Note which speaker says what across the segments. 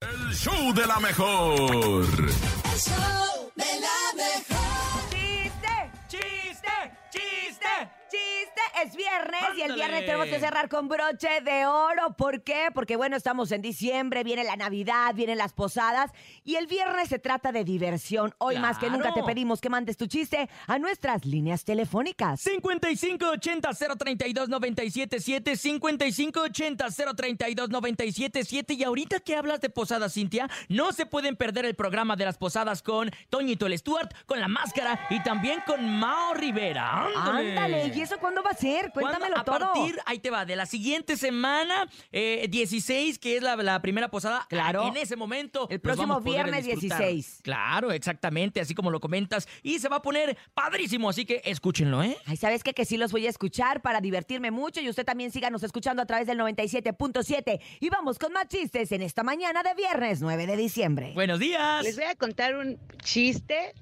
Speaker 1: El show de la mejor.
Speaker 2: El show de la mejor.
Speaker 3: ¡Chiste! ¡Chiste! ¡Chiste!
Speaker 4: Chiste, es viernes y el
Speaker 3: Ándale.
Speaker 4: viernes tenemos que cerrar con broche de oro. ¿Por qué? Porque bueno, estamos en diciembre, viene la Navidad, vienen las posadas y el viernes se trata de diversión. Hoy más que nunca te
Speaker 3: Claro.
Speaker 4: pedimos que mandes tu chiste a nuestras líneas telefónicas.
Speaker 3: 5580-032-977, 5580-032-977. Y ahorita que hablas de posadas, Cintia, no se pueden perder el programa de las posadas con Toñito el Stuart, con La Máscara y también con Mao Rivera. ¡Ándale!
Speaker 4: Ándale, ¿y eso cuándo va a ser?
Speaker 3: ¿Cuándo?
Speaker 4: Cuéntamelo
Speaker 3: a
Speaker 4: todo.
Speaker 3: partir, ahí te va, de la siguiente semana, eh, 16, que es la, la primera posada. ah,
Speaker 4: Claro.
Speaker 3: En ese momento.
Speaker 4: El
Speaker 3: nos
Speaker 4: próximo
Speaker 3: vamos a poder
Speaker 4: viernes
Speaker 3: disfrutar.
Speaker 4: 16.
Speaker 3: Claro, exactamente, así como lo comentas. Y se va a poner padrísimo, así que escúchenlo, ¿eh?
Speaker 4: Ay, ¿sabes qué? Que sí los voy a escuchar para divertirme mucho y usted también síganos escuchando a través del 97.7. Y vamos con más chistes en esta mañana de viernes 9 de diciembre.
Speaker 3: Buenos días.
Speaker 5: Les voy a contar un chiste.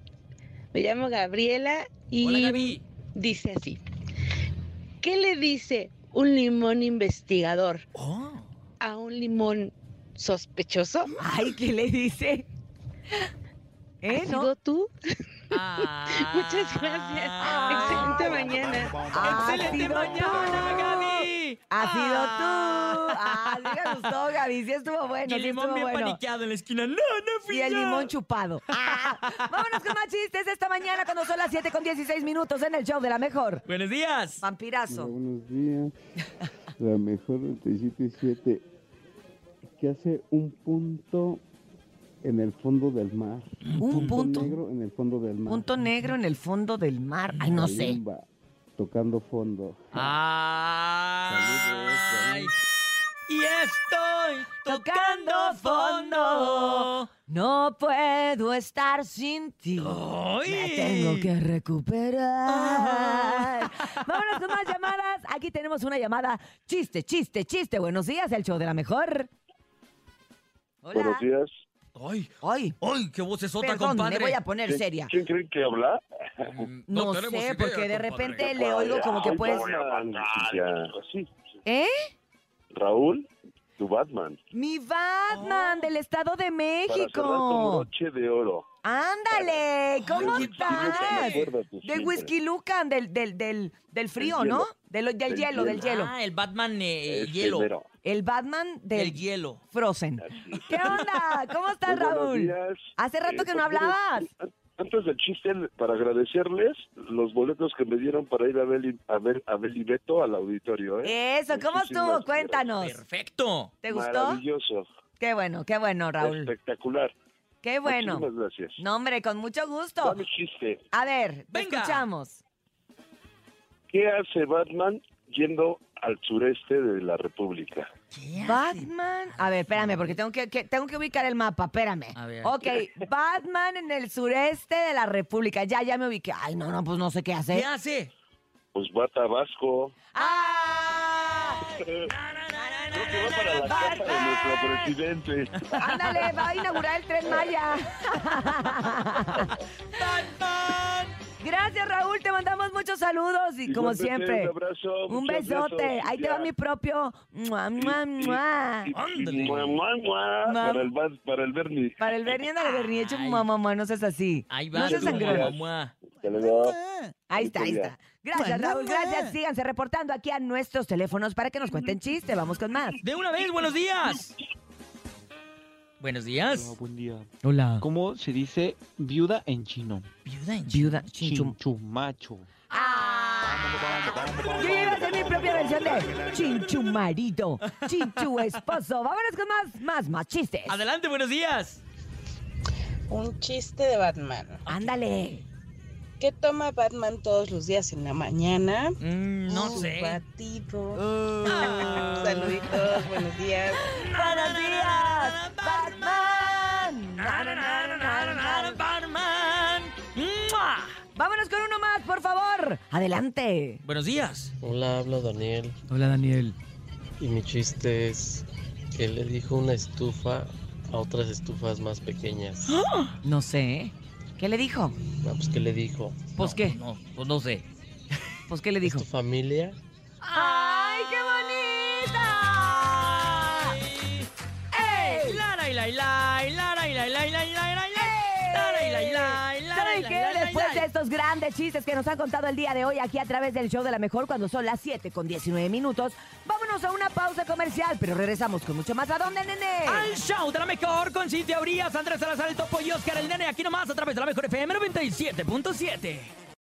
Speaker 5: Me llamo Gabriela y
Speaker 3: Hola, Gaby.
Speaker 5: dice así. ¿Qué le dice un limón investigador
Speaker 3: Oh.
Speaker 5: a un limón sospechoso?
Speaker 4: Ay, ¿qué le dice? ¿Eh?
Speaker 5: ¿Has
Speaker 4: ¿No?
Speaker 5: sido tú?
Speaker 3: Ah.
Speaker 5: Muchas gracias. Excelente mañana.
Speaker 4: Ah,
Speaker 3: Excelente
Speaker 4: sido
Speaker 3: mañana,
Speaker 4: tú.
Speaker 3: Gaby.
Speaker 4: Ha sido
Speaker 3: Ah.
Speaker 4: tú. Ah, sí me gustó, Gaby. Sí estuvo bueno.
Speaker 3: Y el
Speaker 4: sí
Speaker 3: limón
Speaker 4: estuvo
Speaker 3: bien
Speaker 4: bueno.
Speaker 3: paniqueado en la esquina. No, no fui
Speaker 4: Y el
Speaker 3: yo.
Speaker 4: limón chupado. Ah, vámonos con más chistes esta mañana cuando son las 7 con 16 minutos en el show de la mejor.
Speaker 3: Buenos días.
Speaker 4: Vampirazo.
Speaker 6: Hola, buenos días. La mejor 977. ¿Qué hace un punto en el fondo del mar?
Speaker 4: Un punto.
Speaker 6: negro en el fondo del mar.
Speaker 4: Punto negro en el fondo del mar. Ay, no
Speaker 6: La
Speaker 4: sé.
Speaker 6: bomba tocando fondo.
Speaker 3: Ay. Y estoy tocando fondo.
Speaker 4: No puedo estar sin ti.
Speaker 3: Ay.
Speaker 4: Me tengo que recuperar. Vámonos con más llamadas. Aquí tenemos una llamada. Chiste, chiste, chiste. Buenos días, el show de la mejor. Hola.
Speaker 7: Buenos días.
Speaker 3: Ay,
Speaker 4: Ay,
Speaker 3: ay, qué vocesota,
Speaker 4: perdón,
Speaker 3: compadre. Mm,
Speaker 4: me voy a poner
Speaker 7: ¿Quién-
Speaker 4: seria.
Speaker 7: ¿Quién creen que habla?
Speaker 4: No, sé,
Speaker 3: tenemos idea,
Speaker 4: porque de
Speaker 3: compadre. Ah,
Speaker 4: repente le oigo como que
Speaker 7: Ay,
Speaker 4: puedes...
Speaker 7: pobre Batman, sí.
Speaker 4: ¿Eh?
Speaker 7: Raúl, tu Batman.
Speaker 4: Mi Batman del Estado de
Speaker 7: Para cerrar con
Speaker 4: México.
Speaker 7: broche de oro.
Speaker 4: Ándale, ¿cómo
Speaker 7: De Whisky Lucan,
Speaker 4: estás?
Speaker 7: acuérdate
Speaker 4: De
Speaker 7: siempre.
Speaker 4: Whisky Lucan, del, del, del, del frío,
Speaker 7: hielo.
Speaker 4: ¿no? Del, del
Speaker 7: Del
Speaker 4: hielo, del
Speaker 7: hielo.
Speaker 4: hielo.
Speaker 3: Ah, el Batman eh,
Speaker 7: Es
Speaker 3: hielo.
Speaker 7: primero.
Speaker 4: El Batman
Speaker 3: El
Speaker 4: del
Speaker 3: hielo.
Speaker 4: Frozen.
Speaker 7: Así es.
Speaker 4: ¿Qué onda? ¿Cómo estás,
Speaker 7: Muy buenos
Speaker 4: Raúl?
Speaker 7: días.
Speaker 4: Hace rato
Speaker 7: Eh,
Speaker 4: que no
Speaker 7: pues, miren,
Speaker 4: hablabas.
Speaker 7: an- Antes del chiste, para agradecerles los boletos que me dieron para ir a ver, y- a ver, a ver y Beto al auditorio. ¿eh?
Speaker 4: Eso, ¿cómo
Speaker 7: Muchísimas
Speaker 4: estuvo?
Speaker 7: gracias.
Speaker 4: Cuéntanos.
Speaker 3: Perfecto.
Speaker 4: ¿Te gustó?
Speaker 7: Maravilloso.
Speaker 4: Qué bueno, qué bueno, Raúl.
Speaker 7: Espectacular.
Speaker 4: Qué bueno.
Speaker 7: Muchísimas gracias.
Speaker 4: No, hombre, con mucho gusto.
Speaker 7: Dame chiste.
Speaker 4: A ver, te
Speaker 3: Venga.
Speaker 4: escuchamos.
Speaker 7: ¿Qué hace Batman yendo al sureste de la República?
Speaker 3: ¿Qué hace?
Speaker 4: Batman. A ver, espérame, porque tengo que, que- tengo que ubicar el mapa, espérame.
Speaker 3: A ver.
Speaker 4: Ok, Batman en el sureste de la República. Ya, ya me ubiqué. Ay, no, no, pues no sé qué hacer.
Speaker 3: ¿Qué hace?
Speaker 7: Pues va a Tabasco.
Speaker 4: ¡Ah!
Speaker 7: Creo que va para la casa de nuestro presidente.
Speaker 4: Ándale, va a inaugurar el tren Maya. Gracias, Raúl. Te mandamos muchos saludos y como
Speaker 7: Igualmente,
Speaker 4: siempre.
Speaker 7: Un abrazo.
Speaker 4: Un
Speaker 7: muchos
Speaker 4: besote.
Speaker 7: besos,
Speaker 4: Ahí te
Speaker 7: ya.
Speaker 4: va mi propio. mua, mua,
Speaker 7: Y- y-
Speaker 4: mua.
Speaker 7: y- y-
Speaker 3: Ándale.
Speaker 7: mua, mua, mua,
Speaker 4: Mua.
Speaker 7: Para el, Bas- para el Bernie.
Speaker 4: Para el Bernie, ándale, Bernie, echa un
Speaker 3: Ay.
Speaker 4: mua, mua, mua, no seas así.
Speaker 3: Ahí va.
Speaker 4: No seas
Speaker 3: tu
Speaker 4: sangrón.
Speaker 7: sangrón.
Speaker 3: mamá.
Speaker 7: Hasta luego.
Speaker 4: Ahí está, ahí
Speaker 7: Victoria.
Speaker 4: está. Gracias, Raúl. Gracias. Síganse reportando aquí a nuestros teléfonos para que nos cuenten chiste. Vamos con más.
Speaker 3: De una vez, buenos días. Buenos días.
Speaker 8: Hola, buen día.
Speaker 3: Hola.
Speaker 8: ¿Cómo se dice viuda en chino?
Speaker 3: Viuda en
Speaker 4: Viuda chinchum.
Speaker 8: Chinchumacho.
Speaker 4: Ah. Yo ya iba a hacer mi propia versión de chinchu marido, chinchu esposo. Vámonos con más, más, más chistes.
Speaker 3: Adelante, buenos días.
Speaker 9: Un chiste de Batman.
Speaker 4: Ándale.
Speaker 9: ¿Qué toma Batman todos los días en la mañana?
Speaker 3: Mm, no
Speaker 9: Su
Speaker 3: sé.
Speaker 9: batido.
Speaker 3: Ah.
Speaker 9: Saluditos, buenos días.
Speaker 4: Buenos días, Batman. Na, na, na, na, na, na, na.
Speaker 3: Batman. ¡Mua!
Speaker 4: Vámonos con uno más, por favor. Adelante.
Speaker 3: Buenos días.
Speaker 10: Hola, hablo Daniel
Speaker 3: Hola, Daniel.
Speaker 10: y mi chiste es que le dijo una estufa a otras estufas más pequeñas.
Speaker 4: No sé. ¿Qué le dijo?
Speaker 10: No, pues que le dijo,
Speaker 4: Pues
Speaker 3: No,
Speaker 4: qué,
Speaker 3: No, pues no sé.
Speaker 4: pues qué le
Speaker 10: ¿es
Speaker 4: dijo.
Speaker 10: tu familia?
Speaker 4: ¡Ay, qué bonita!
Speaker 3: ¡Ey! ¡La, la, la, la, lai, lai, lai, lai, lai,
Speaker 4: ¡Eh!
Speaker 3: lai, lai, lai, lai, lai,
Speaker 4: ¿Saben qué?
Speaker 3: lai, lai,
Speaker 4: Después
Speaker 3: lai.
Speaker 4: de este- estos grandes chistes que nos han contado el día de hoy aquí a través del show de la mejor cuando son las 7 con 19 minutos, vámonos a una pausa comercial, pero regresamos con mucho más. ¿A dónde, nene?
Speaker 3: Al show de la mejor con Cintia Urias, Andrés Salazar, el Topo y Oscar el Nene, aquí nomás a través de la mejor FM 97.7.